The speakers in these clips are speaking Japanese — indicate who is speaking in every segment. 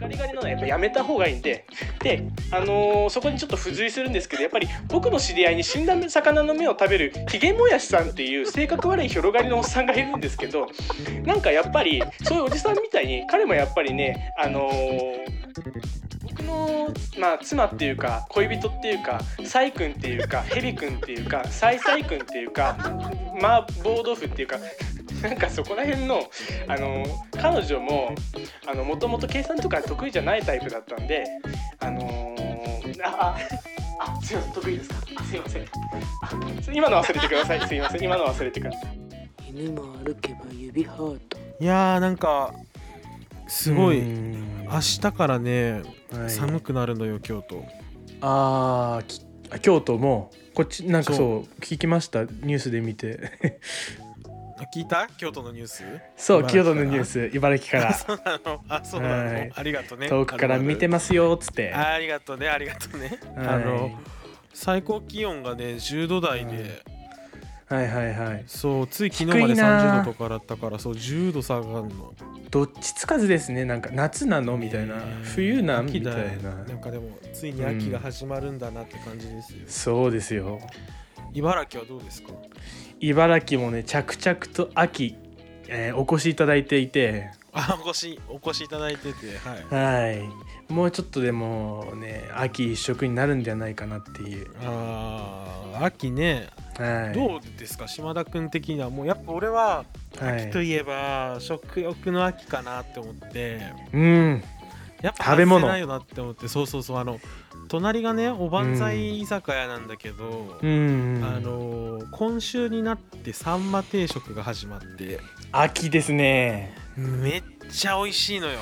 Speaker 1: ガリガリなのはやっぱやめた方がいいんでで、あのーそこにちょっと付随するんですけどやっぱり僕の知り合いに死んだ魚の目を食べるヒゲもやしさんっていう性格悪い広がりのおっさんがいるんですけどなんかやっぱりそういうおじさんみたいに彼もやっぱりね、あのー僕のまあ、妻っていうか恋人っていうかサイ君っていうかヘビ君っていうかサイサイ君っていうかマーボー豆腐っていうかなんかそこら辺の、あのー彼女もあのもともと計算とか得意じゃないタイプだったんであのー、あああすいません得意ですかあすいませんあす今の忘れてくださいすいません今の忘れてください
Speaker 2: 犬も歩けば指ハート
Speaker 3: いやーなんかすごい
Speaker 4: うん
Speaker 3: 明日からね
Speaker 4: はい
Speaker 3: 寒くなるのよ京都
Speaker 4: あーきあ京都もこっちなんか
Speaker 3: そ
Speaker 4: そう聞きましたニュースで見て
Speaker 3: あ聞いた京都のニュース
Speaker 4: そう
Speaker 3: 茨城
Speaker 4: 京
Speaker 3: か
Speaker 4: 都の
Speaker 3: ら
Speaker 4: ニュース茨城か
Speaker 3: そうなのあそうなの、
Speaker 4: はい
Speaker 3: ありがとうね
Speaker 4: ら遠くから見てますよっつって
Speaker 3: あありがとうねありがとうね、
Speaker 4: はい
Speaker 3: あの最高気温がね10度台で、
Speaker 4: うんはいはいはい
Speaker 3: そうつい昨日まで
Speaker 4: 低いな
Speaker 3: 30
Speaker 4: あ
Speaker 3: 度とかだったからそう10度下がるの
Speaker 4: どっちつかずですねなんか夏なのみたいな
Speaker 3: ね
Speaker 4: 冬なん
Speaker 3: 秋
Speaker 4: みた
Speaker 3: だ
Speaker 4: いな
Speaker 3: なんかでもついに秋が始まるんだなって感じですよ、
Speaker 4: そうですよ
Speaker 3: 茨城はどうですか
Speaker 4: 茨城もね着々と秋、えーお越しいただいていて
Speaker 3: あお越しお越しいただいててはい
Speaker 4: はいもうちょっとでもね秋一色になるんじゃないかなっていう、
Speaker 3: あー秋ね、
Speaker 4: はい、
Speaker 3: どうですか島田君的にはもうやっぱ俺は
Speaker 4: はい
Speaker 3: 秋といえば食欲の秋かなって思って
Speaker 4: うん
Speaker 3: やっぱ
Speaker 4: 食べ物
Speaker 3: 外せないよなって思ってそうそうそうあの隣がねおばんざい居酒屋なんだけど、
Speaker 4: うん
Speaker 3: あのー今週になってさんま定食が始まって
Speaker 4: 秋ですね
Speaker 3: めっちゃ美味しいのよ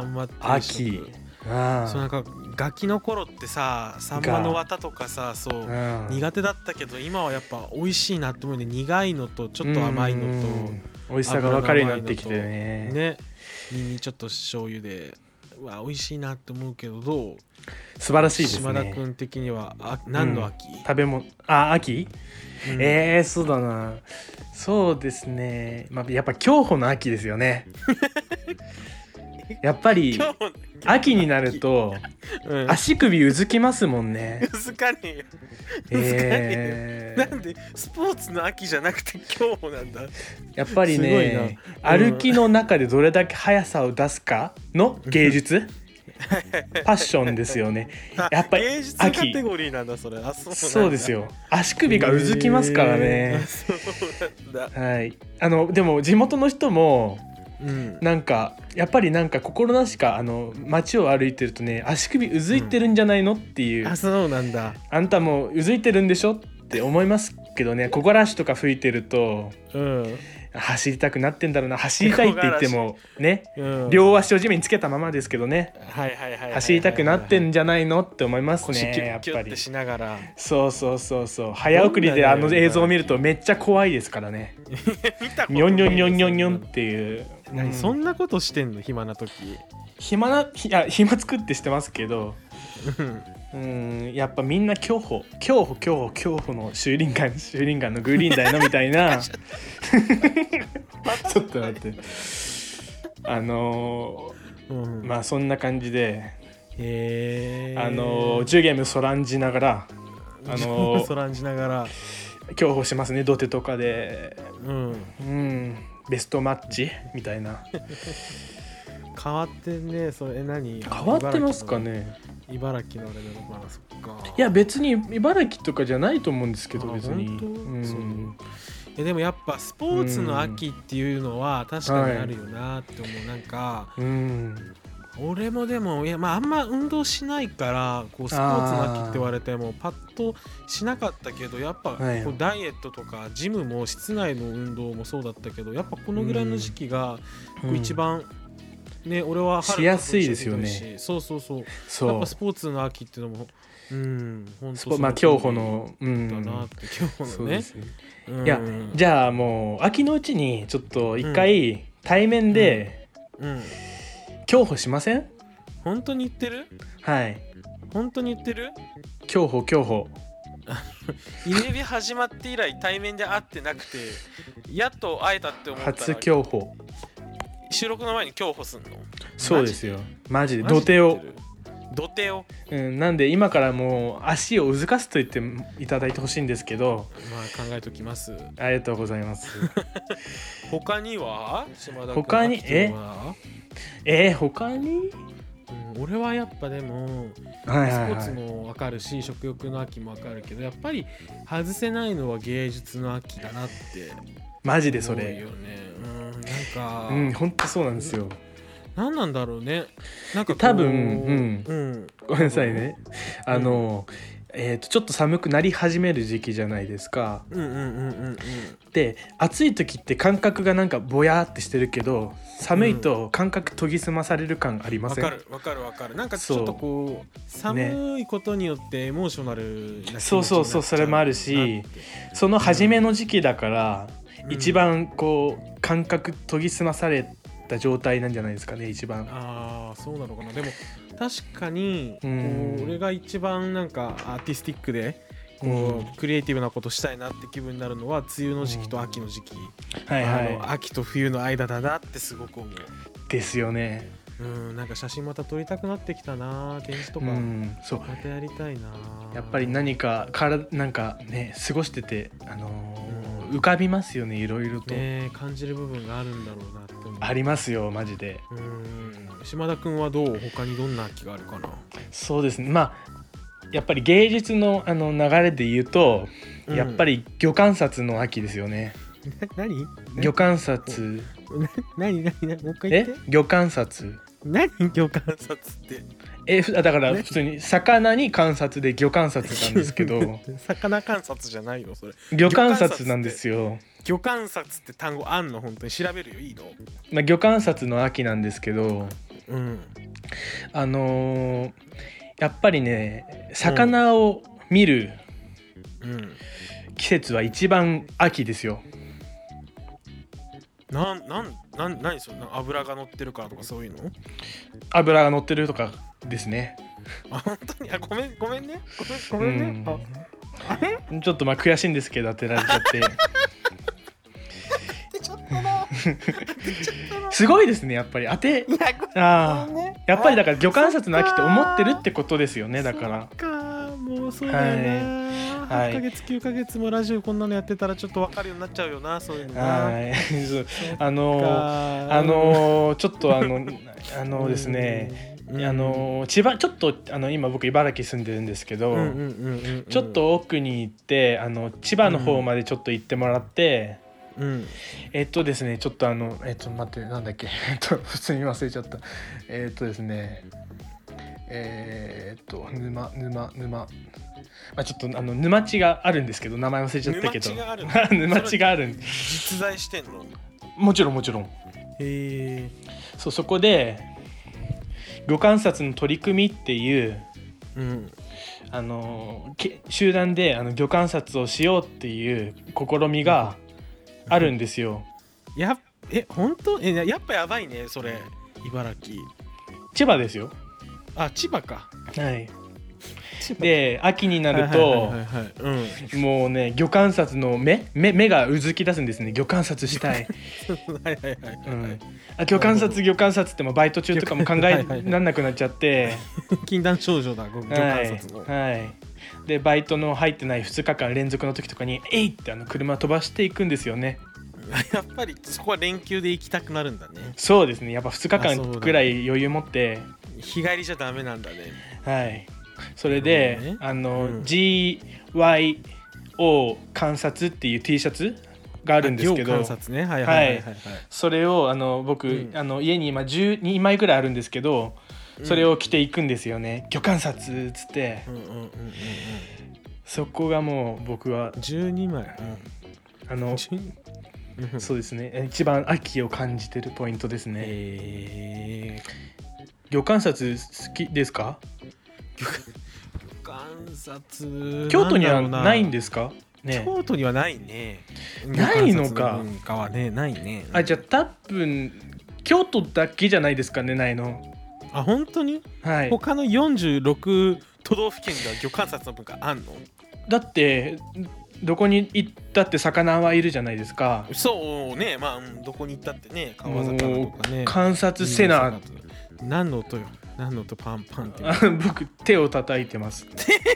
Speaker 4: ザ
Speaker 3: んま定食
Speaker 4: 秋あ
Speaker 3: そうなんかガキの頃ってささんまの綿とかさそう
Speaker 4: あ
Speaker 3: 苦手だったけど今はやっぱ美味しいなって思うんで苦いのとちょっと甘いの
Speaker 4: うん美味しさが分かるようになってきて
Speaker 3: と
Speaker 4: ね
Speaker 3: ねにんにちょっと醤油でうわ美味しいなって思うけどどう
Speaker 4: 素晴らしいです
Speaker 3: 島田
Speaker 4: ね
Speaker 3: 君的にはあ何の秋、
Speaker 4: 食べ物あ秋、
Speaker 3: うん
Speaker 4: えー、そうだなそうですね、まあ、やっぱ競歩の秋ですよ ねやっぱり
Speaker 3: 今日も
Speaker 4: 秋になると
Speaker 3: うん
Speaker 4: 足首うずきますもんね
Speaker 3: うずかねえようずかね
Speaker 4: え
Speaker 3: えよ
Speaker 4: ー
Speaker 3: なんでスポーツの秋じゃなくて今日なんだ
Speaker 4: やっぱりね
Speaker 3: すごいなうん
Speaker 4: 歩きの中でどれだけ速さを出すかの芸 術パッションですよねやっぱり
Speaker 3: 芸術カ
Speaker 4: 秋
Speaker 3: テゴリーなんだそれあそうなんだ
Speaker 4: そうですよ足首がうずきますから
Speaker 3: え
Speaker 4: ね
Speaker 3: ー、 そうなんだ
Speaker 4: はいあのでも地元の人も
Speaker 3: うん
Speaker 4: なんかやっぱりなんか心なしかあの街を歩いてるとね足首うずいてるんじゃないのっていう、
Speaker 3: あそうなんだ
Speaker 4: あんたもうずいてるんでしょって思いますけどね木枯らしとか吹いてると
Speaker 3: うん、
Speaker 4: 走りたくなってんだろうな走りたいって言ってもね
Speaker 3: うん、
Speaker 4: 両足を地面につけたままですけどね
Speaker 3: はいはいはいはいはい
Speaker 4: 走りたくなってんじゃないのって思います
Speaker 3: 腰キ
Speaker 4: ねや
Speaker 3: ュッ
Speaker 4: っ
Speaker 3: キュ
Speaker 4: ぱ
Speaker 3: ッて
Speaker 4: り
Speaker 3: しながら
Speaker 4: そうそうそうそう早送りであの映像を見るとめっちゃ怖いですからね
Speaker 3: 見たこと
Speaker 4: ニョンニョンニョンニョンニョンっていう
Speaker 3: 何
Speaker 4: うん
Speaker 3: そんなことしてんの 暇な時
Speaker 4: 暇なひあ暇作ってしてますけどうんやっぱみんな競歩競歩競歩競歩の修林館修林館のグリーンだよなみたい なちょっと待ってあの
Speaker 3: うん、
Speaker 4: ーまあそんな感じで、
Speaker 3: へえ
Speaker 4: あのー、10ゲームそらんじながらあのー
Speaker 3: そらんじながら
Speaker 4: 競歩しますね土手とかで
Speaker 3: うん
Speaker 4: うんベストマッチみたいな
Speaker 3: 変わってんねそれえ何
Speaker 4: 変わってますかね
Speaker 3: 茨城のあれなのかなそっか
Speaker 4: いや別に茨城とかじゃないと思うんですけど
Speaker 3: あ
Speaker 4: 別に
Speaker 3: 本当
Speaker 4: うん
Speaker 3: そうえでもやっぱスポーツの秋っていうのは確かにあるよなって思う、なんか
Speaker 4: うん
Speaker 3: 俺もでもいやまああんま運動しないからこうスポーツの秋って言われてもパッとしなかったけどやっぱ
Speaker 4: はい
Speaker 3: こうダイエットとかジムも室内の運動もそうだったけどやっぱこのぐらいの時期がこう一番、ね俺は春
Speaker 4: しやすいですよね
Speaker 3: と一緒にそうそうそうやっ
Speaker 4: そ
Speaker 3: ぱ
Speaker 4: う
Speaker 3: スポーツの秋っていうのもうん本当
Speaker 4: スポまあ競歩のう
Speaker 3: だなんって競歩
Speaker 4: そ
Speaker 3: の
Speaker 4: う
Speaker 3: ね
Speaker 4: で。すね
Speaker 3: うん
Speaker 4: いやじゃあもう秋のうちにちょっと一回対面で
Speaker 3: うん
Speaker 4: 競歩しません
Speaker 3: 本当に言ってる
Speaker 4: はい
Speaker 3: 本当に言ってる
Speaker 4: 競歩競歩
Speaker 3: イネビ始まって以来対面で会ってなくてやっと会えたって思ったら
Speaker 4: 初競歩
Speaker 3: 収録の前に競歩すんの
Speaker 4: そうですよマジで
Speaker 3: マジ
Speaker 4: 土手を
Speaker 3: 言ってる土手を
Speaker 4: うん、なんで今からもう足をうずかすと言っていただいてほしいんですけど
Speaker 3: まあ考えときます
Speaker 4: ありがとうございます
Speaker 3: 他には島田君
Speaker 4: 他に
Speaker 3: 秋君は
Speaker 4: えー、他に
Speaker 3: うん俺はやっぱでも
Speaker 4: はい
Speaker 3: ス
Speaker 4: はい
Speaker 3: ポ
Speaker 4: は
Speaker 3: ーツ
Speaker 4: い
Speaker 3: もわかるし食欲の秋もわかるけどやっぱり外せないのは芸術の秋だなって
Speaker 4: マジでそ
Speaker 3: 思う
Speaker 4: れ
Speaker 3: よねうんなんか、
Speaker 4: うんほんとそうなんですよ
Speaker 3: 何なんだろうねなんかこう
Speaker 4: 多分
Speaker 3: うん、
Speaker 4: ごめんなさいねあの、えー、とちょっと寒くなり始める時期じゃないですか
Speaker 3: うんうんうんうんうん
Speaker 4: で暑い時って感覚がなんかぼやーってしてるけど寒いと感覚研ぎ澄まされる感ありま
Speaker 3: わ
Speaker 4: せん、
Speaker 3: かるわかるわかるなんかちょっとこう
Speaker 4: うね
Speaker 3: 寒いことによってエモーショナルな気持ちになっちゃ
Speaker 4: そうそうそうそれもあるしその初めの時期だから、
Speaker 3: うん
Speaker 4: 一番こう感覚研ぎ澄まされた状態なんじゃないですかね一番
Speaker 3: ああそうなのかなでも確かにこ
Speaker 4: う
Speaker 3: うん俺が一番なんかアーティスティックでこう、
Speaker 4: うん
Speaker 3: クリエイティブなことしたいなって気分になるのは梅雨の時期と秋の時期、
Speaker 4: はい
Speaker 3: あの
Speaker 4: は
Speaker 3: 秋と冬の間だなってすごく思う
Speaker 4: いですよね
Speaker 3: うんなんか写真また撮りたくなってきたな展示と
Speaker 4: う
Speaker 3: か、
Speaker 4: んそう
Speaker 3: またやりたいな
Speaker 4: やっぱり何かからなんかね過ごしててあのー浮かびますよねいろいろと、
Speaker 3: ね感じる部分があるんだろうなって思う
Speaker 4: ありますよマジで
Speaker 3: うん島田君はどう他にどんな秋があるかな
Speaker 4: そうですねまあやっぱり芸術のあの流れで言うと、
Speaker 3: うん
Speaker 4: やっぱり魚観察の秋ですよね
Speaker 3: 何
Speaker 4: 魚観察
Speaker 3: 何何何もう一回
Speaker 4: え魚観察
Speaker 3: 何魚観察って
Speaker 4: えふあだから
Speaker 3: ね
Speaker 4: 普通に魚に観察で魚観察なんですけど
Speaker 3: 魚観察じゃないのそれ
Speaker 4: 魚観察なんですよ、
Speaker 3: 魚観察って単語あんの本当に調べるよいいの
Speaker 4: まあ、魚観察の秋なんですけど
Speaker 3: うん
Speaker 4: あのーやっぱりね魚を見る
Speaker 3: うん
Speaker 4: 季節は一番秋ですよ
Speaker 3: なんなんなん何それな油が乗ってるからとかそういうの
Speaker 4: 脂が乗ってるとかですね
Speaker 3: あ本当にあごめんごめんねごめんごめんね、
Speaker 4: うん
Speaker 3: あ
Speaker 4: ちょっとまあ悔しいんですけど当てられちゃって すごいですねやっぱり当てあーやっぱりだから魚観察の秋って思ってるってことですよねだから
Speaker 3: そっかもうそうだよね、
Speaker 4: はい
Speaker 3: 8ヶ月9ヶ月もラジオこんなのやってたらちょっと分かるようになっちゃうよなそういうのな
Speaker 4: はいそうあのー
Speaker 3: あ
Speaker 4: あのーちょっとあの あのですねあのー千葉ちょっとあの今僕茨城住んでるんですけど、ちょっ、と奥に行ってあの千葉の方までちょっと行ってもらって、
Speaker 3: うん
Speaker 4: えっとですねちょっとあのえっと待ってなんだっけ えっと普通に忘れちゃったえっとですねえーっと沼沼沼まあちょっとあの沼地があるんですけど名前忘れちゃったけど
Speaker 3: 沼地があ る
Speaker 4: 沼地があるん
Speaker 3: 実在してんの
Speaker 4: もちろんもちろん
Speaker 3: へえ
Speaker 4: そうそこで魚観察の取り組みっていう
Speaker 3: うん
Speaker 4: あのけ集団であの魚観察をしようっていう試みがあるんですよ。
Speaker 3: やっえ本当えやっぱやばいねそれ茨城
Speaker 4: 千葉ですよ。
Speaker 3: あ千葉か
Speaker 4: はい、で秋になる
Speaker 3: はい
Speaker 4: と
Speaker 3: はいはいはいうん
Speaker 4: もうね魚観察の目目目がうずき出すんですね魚観察したい、
Speaker 3: はいはいはいは
Speaker 4: う
Speaker 3: いは
Speaker 4: ん
Speaker 3: い、
Speaker 4: あ魚観察魚観察ってもうバイト中とかも考え
Speaker 3: 魚観はいはい
Speaker 4: らんなくなっちゃって
Speaker 3: 禁断症状だご魚
Speaker 4: は
Speaker 3: 観
Speaker 4: い
Speaker 3: 察の、
Speaker 4: はい、でバイトの入ってない2日間連続の時とかに「えい!」ってあの車飛ばしていくんですよね
Speaker 3: やっぱりそこは連休で行きたくなるんだね
Speaker 4: そうですねやっぱ2日
Speaker 3: あそうだ
Speaker 4: 間
Speaker 3: ね
Speaker 4: ぐらい余裕持って
Speaker 3: 日帰りじゃダメなんだね
Speaker 4: はいそれ
Speaker 3: なるほど
Speaker 4: で、
Speaker 3: ね
Speaker 4: あの、
Speaker 3: うん
Speaker 4: GYO 観察っていう T シャツがあ
Speaker 3: あ
Speaker 4: るんですけど
Speaker 3: 観察ねはいはいはいはい、はい
Speaker 4: それをあの僕、
Speaker 3: うん
Speaker 4: あの家に今12枚ぐらいあるんですけどそれを着ていくんですよね、魚観察っつって、
Speaker 3: うんうんうんうんうん
Speaker 4: そこがもう僕は
Speaker 3: 12枚、
Speaker 4: あ
Speaker 3: うん
Speaker 4: の
Speaker 3: 12うん
Speaker 4: そうですね一番秋を感じてるポイントですね、
Speaker 3: えー
Speaker 4: 魚観察好きですか
Speaker 3: 観察
Speaker 4: 京都にはないん
Speaker 3: で
Speaker 4: ですかね
Speaker 3: 京都にはないね
Speaker 4: ないの
Speaker 3: 魚観
Speaker 4: か
Speaker 3: 察文化はねないね
Speaker 4: あじゃあ多分京都だけじゃないですかねないの
Speaker 3: あ本当に
Speaker 4: はい
Speaker 3: 他の46都道府県では魚観察の文化あんの
Speaker 4: だってどこに行ったって魚はいるじゃないですか
Speaker 3: そうねまあうんどこに行ったってね川魚とかね
Speaker 4: 観察せな
Speaker 3: 何の音よ何の音パンパンって
Speaker 4: 僕手を叩いてます、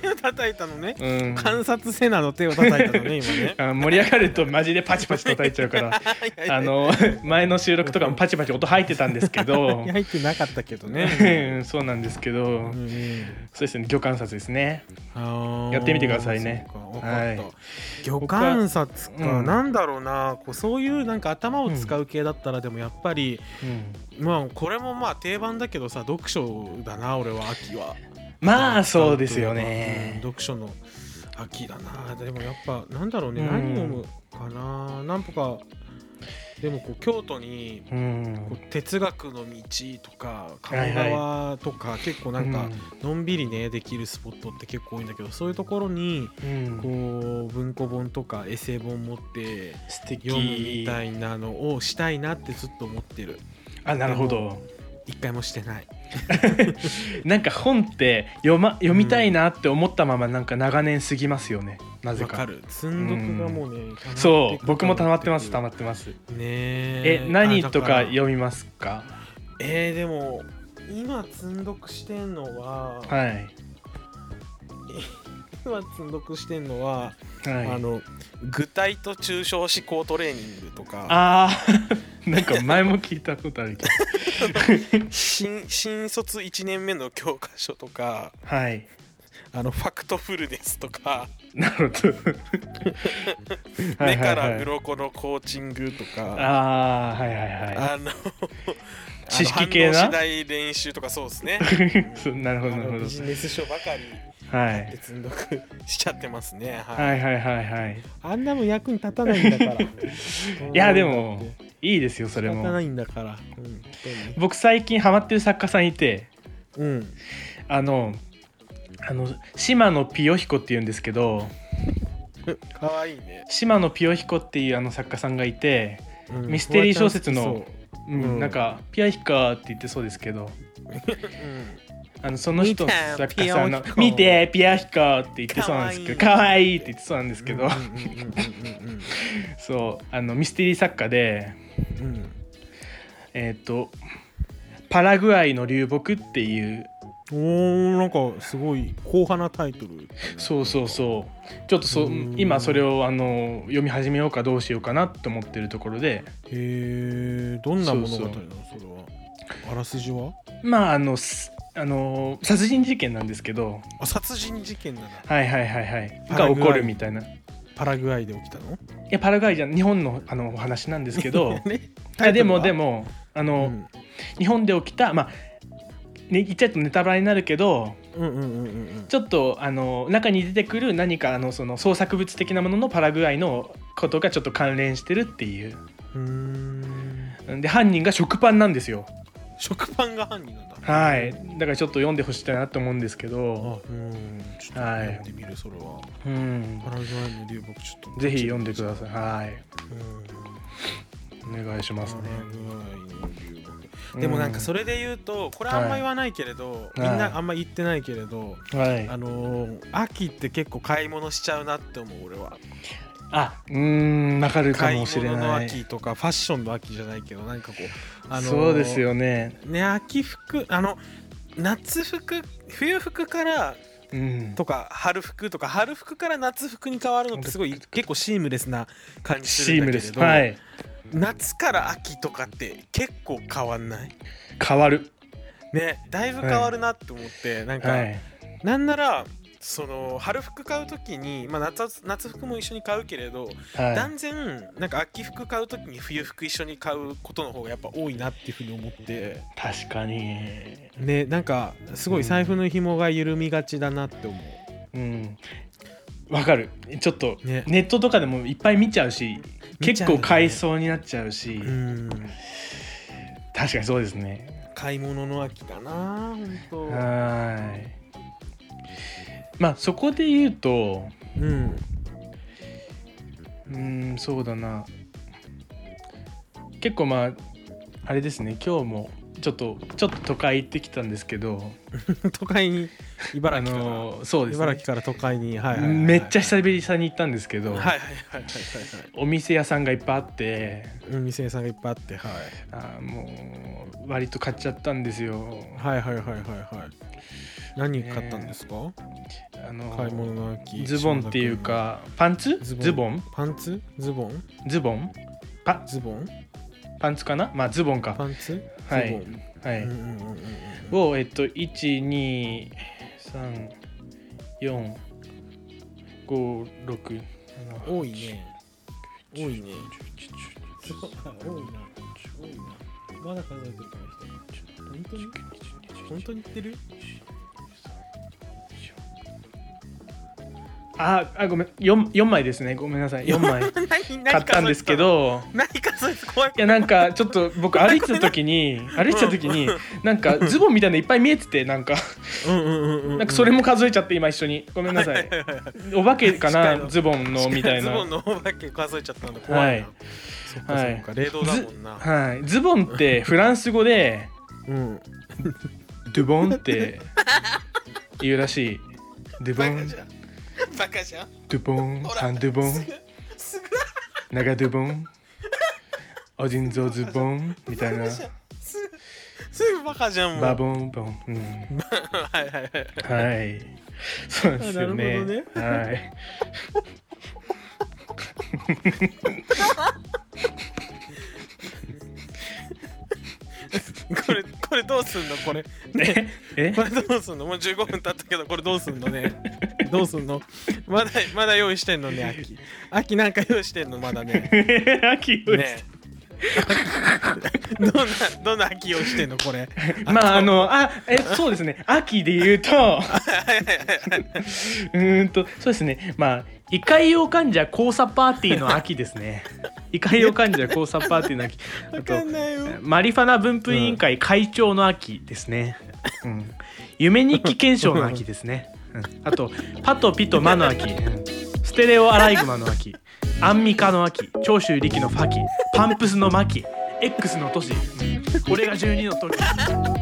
Speaker 3: 手を 叩いたのね
Speaker 4: うん、
Speaker 3: 観察せなの手を叩いたのね今ね
Speaker 4: あ盛り上がるとマジでパチパチ叩いちゃうから あの前の収録とかもパチパチ音入ってたんですけど
Speaker 3: 入ってなかったけど
Speaker 4: う
Speaker 3: ね、
Speaker 4: んそうなんですけど、
Speaker 3: うん
Speaker 4: そうですね魚観察ですね
Speaker 3: あー
Speaker 4: やってみてくださいね
Speaker 3: そうかわかった
Speaker 4: はい
Speaker 3: 魚観察か、
Speaker 4: うん
Speaker 3: なんだろうなこうそういうなんか頭を使う系だったらでもやっぱり、まあこれもまあ定番だけどさ読書だな俺は秋は
Speaker 4: まあそうですよ
Speaker 3: うん
Speaker 4: ね
Speaker 3: 読書の秋だなでもやっぱなんだろうね、
Speaker 4: うん
Speaker 3: 何飲むかななんとかでもこう京都に
Speaker 4: うん
Speaker 3: こう哲学の道とか
Speaker 4: いは
Speaker 3: 鴨
Speaker 4: い
Speaker 3: 川とか、結構なんかのんびりねできるスポットって結構多いんだけどそういうところに
Speaker 4: うん
Speaker 3: こう文庫本とかエッセイ本持って
Speaker 4: 素敵
Speaker 3: 読むみたいなのをしたいなってずっと思ってる
Speaker 4: あなるほど
Speaker 3: 一回もしてない
Speaker 4: なんか本って読,、ま、読みたいなって思ったままなんか長年過ぎますよねなぜ
Speaker 3: わ
Speaker 4: か
Speaker 3: かる積んどくがもうね
Speaker 4: そう僕も溜まってます溜ま
Speaker 3: って
Speaker 4: ってます
Speaker 3: くねえ
Speaker 4: え何と
Speaker 3: あだら
Speaker 4: か読みますか
Speaker 3: えーでも今積んどくしてんのは、
Speaker 4: はい
Speaker 3: 今積んどくしてんのは、
Speaker 4: はい
Speaker 3: あの具体と抽象思考トレーニングとか
Speaker 4: あー なんか前も聞いたことあるけど
Speaker 3: 新新卒1年目の教科書とか
Speaker 4: はい
Speaker 3: あのファクトフルネスとか
Speaker 4: なるほどはいはいはい
Speaker 3: 目から鱗のコーチングとか
Speaker 4: あーはいはいは
Speaker 3: あの
Speaker 4: 知識系な
Speaker 3: あの反応しない練習とかそうですね
Speaker 4: いそう なる
Speaker 3: あ
Speaker 4: ほどなるほ
Speaker 3: の
Speaker 4: ど
Speaker 3: ビジネス書ばかり
Speaker 4: はい
Speaker 3: 積んどくしちゃってますねはい
Speaker 4: はいはいはいはい
Speaker 3: あんなもん役に立たないんだ から。い
Speaker 4: やでもいいですよそれ
Speaker 3: 立たな
Speaker 4: も
Speaker 3: いんだから。うん
Speaker 4: 僕最近ハマってる作家さんいて
Speaker 3: 本
Speaker 4: あのあの島野ピヨヒコっていうんですけど
Speaker 3: 当に。うん。かわいいね。
Speaker 4: 島野ピヨヒコっていうあの作家さんがいて、
Speaker 3: うん
Speaker 4: ミステリー小説の。うん
Speaker 3: うん
Speaker 4: なんか「ピヨヒコ」って言ってそうですけど
Speaker 3: フワちゃん好きそううん
Speaker 4: あのその人の作家さんの「見
Speaker 3: 見て
Speaker 4: てピヨヒコ」って言ってそうなんですけど「
Speaker 3: か
Speaker 4: かわいい」って言ってそうなんですけど、
Speaker 3: うんうんうん
Speaker 4: そうあのミステリー作家で
Speaker 3: うんうんうん
Speaker 4: えっ、と「パラグアイの流木」っていう
Speaker 3: うん。おおなんかすごい硬派なタイトル。
Speaker 4: そうそうそうちょっとそう
Speaker 3: ーん
Speaker 4: 今それをあの読み始めようかどうしようかなと思ってるところで
Speaker 3: へえどんな物語なの
Speaker 4: そ
Speaker 3: そうれは。あらすじは？
Speaker 4: まああのすあの殺人事件なんですけど
Speaker 3: あ殺人事件なの。
Speaker 4: はいはいはいはい
Speaker 3: パラ
Speaker 4: が
Speaker 3: グアイ
Speaker 4: 起こるみたいない
Speaker 3: パラグアイで起きたの？
Speaker 4: やパラグアイじゃん日本のあのお話なんですけど
Speaker 3: ね。
Speaker 4: いやでもで
Speaker 3: も。
Speaker 4: もあ
Speaker 3: う
Speaker 4: の、
Speaker 3: ん
Speaker 4: 日本で起きたまあ、ね、言っちゃうとネタバレになるけど
Speaker 3: うんうんうんうん。
Speaker 4: ちょっとあの中に出てくる何かあのその創作物的なもののパラグアイのことがちょっと関連してるっていう
Speaker 3: うーん。
Speaker 4: で犯人が食パンなんですよ
Speaker 3: 食パンが犯人なんだ。
Speaker 4: はい。だからちょっと読んでほしいなと思うんですけど、
Speaker 3: あ、うん。ちょっと
Speaker 4: はい
Speaker 3: 読んでみる、それは。
Speaker 4: うん
Speaker 3: パラグアイの流木ちょっと。
Speaker 4: ぜひ読んでくださいはい
Speaker 3: うん。
Speaker 4: お願いし
Speaker 3: パ
Speaker 4: ま
Speaker 3: ラ
Speaker 4: す
Speaker 3: グ
Speaker 4: ね
Speaker 3: アイの流木。でもなんかそれで言うと、これあんま言わないけれど、
Speaker 4: い
Speaker 3: みんなあんま言ってないけれど、
Speaker 4: はい
Speaker 3: あのー、秋って結構買い物しちゃうなって思う俺は。
Speaker 4: あうーんわかるか
Speaker 3: 買い
Speaker 4: もしれ
Speaker 3: 物の
Speaker 4: ない
Speaker 3: 秋とかファッションの秋じゃないけど、なんかこう、あのー
Speaker 4: そうです。よね
Speaker 3: ね、秋服、あの、夏服、冬服から
Speaker 4: うん
Speaker 3: とか春服とか春服から夏服に変わるのってすごい結構シームレスな感じす
Speaker 4: シ
Speaker 3: る
Speaker 4: ー
Speaker 3: ん
Speaker 4: ム
Speaker 3: だけ
Speaker 4: レ
Speaker 3: れ
Speaker 4: ス
Speaker 3: ど、
Speaker 4: はい
Speaker 3: 夏から秋とかって結構変わんない
Speaker 4: 変わる
Speaker 3: ねだいぶ変わるなって思って、なんか、
Speaker 4: はい
Speaker 3: なんならその春服買う時に、まあ、夏夏服も一緒に買うけれど、
Speaker 4: は
Speaker 3: 断然なんか秋服買う時に冬服一緒に買うことの方がやっぱ多いなっていうふうに思って
Speaker 4: い確かに
Speaker 3: ねなんかすごい財布の紐が緩みがちだなって思う。
Speaker 4: うんわかるちょっと
Speaker 3: ね
Speaker 4: ネットとかでもいっぱい見ちゃうし
Speaker 3: 見
Speaker 4: 結
Speaker 3: ちゃうね
Speaker 4: 構買いそうになっちゃうし
Speaker 3: うん
Speaker 4: 確かにそうですね
Speaker 3: 買い物の秋だな本当。
Speaker 4: はーいまあそこで言うと
Speaker 3: うん、
Speaker 4: うーんそうだな結構まああれですね今日もちょっとちょっと都会行ってきたんですけど
Speaker 3: 都会に茨
Speaker 4: あ
Speaker 3: 城から、
Speaker 4: のそうです、ね、
Speaker 3: 茨城から都会に、はいはいはいはい
Speaker 4: めっちゃ久々に行ったんですけど、
Speaker 3: はいはいはいはいはい
Speaker 4: お店屋さんがいっぱいあって
Speaker 3: うん店屋さんがいっぱいあって、はい、
Speaker 4: あーもう割と買っちゃったんですよ
Speaker 3: はいはいはいはいはい何買ったんですか、
Speaker 4: あの
Speaker 3: 買い物の秋
Speaker 4: ズボンっていうかパンツズボン
Speaker 3: パンツズボン
Speaker 4: ズボンパ
Speaker 3: ズボン
Speaker 4: パンツかなまあズボンか
Speaker 3: パンツ
Speaker 4: はい
Speaker 3: ズボン
Speaker 4: はい、
Speaker 3: うんうんうんうんうん
Speaker 4: をえっと1234567
Speaker 3: 多いね多いね多いな多いなまだ考えてるかな人本当に本当に言ってる
Speaker 4: ああごめん 4, 4枚ですねごめんなさい4枚
Speaker 3: 何
Speaker 4: 買ったんですけど
Speaker 3: 何かそいつ怖い
Speaker 4: いやなんかちょっと僕歩いてた時に歩いてた時になんかズボンみたいのいっぱい見えててなんか
Speaker 3: うんうんうんうん
Speaker 4: なんかそれも数えちゃって今一緒にごめんなさいお化けか
Speaker 3: 確か
Speaker 4: な
Speaker 3: に
Speaker 4: ズボンのみたい
Speaker 3: ズ
Speaker 4: な
Speaker 3: ボンのお化け数えちゃったの怖いな、
Speaker 4: はい
Speaker 3: そっかそっか冷凍だもんな、
Speaker 4: はいズボンってフランス語で
Speaker 3: うん
Speaker 4: ドゥボンっ て言うらしいドゥボン
Speaker 3: バカじゃん
Speaker 4: ドゥボンハンドゥボン
Speaker 3: すぐ
Speaker 4: 長ドゥボ ンおじんぞうズボンみたいな
Speaker 3: すぐすぐバカじゃんもう
Speaker 4: バボンボン、うん、
Speaker 3: はいはいはい
Speaker 4: はい。そうなんですよね。
Speaker 3: あなる
Speaker 4: はい。
Speaker 3: これこれどうすんのこれ
Speaker 4: え、え
Speaker 3: こ、れどうすんのもう15分経ったけどこれどうすんのねどうすんのまだまだ用意してんのね秋秋なんか用意してんのまだね
Speaker 4: 秋を、
Speaker 3: ねどんなどんな秋用意してんのこれ
Speaker 4: まああのあえそうですね。秋で言うと、うーんとそうですね。まあ異界用患者交差パーティーの秋ですね。異界用患者交差パーティーの秋。あと
Speaker 3: ないよ
Speaker 4: マリファナ分布委員会会長の秋ですね。うん。夢日記検証の秋ですね。うん、あとパトピとマの秋、うんステレオアライグマの秋、アンミカの秋、長州力のファキ、パンプスのマキ、X の都市、うん俺が12の時。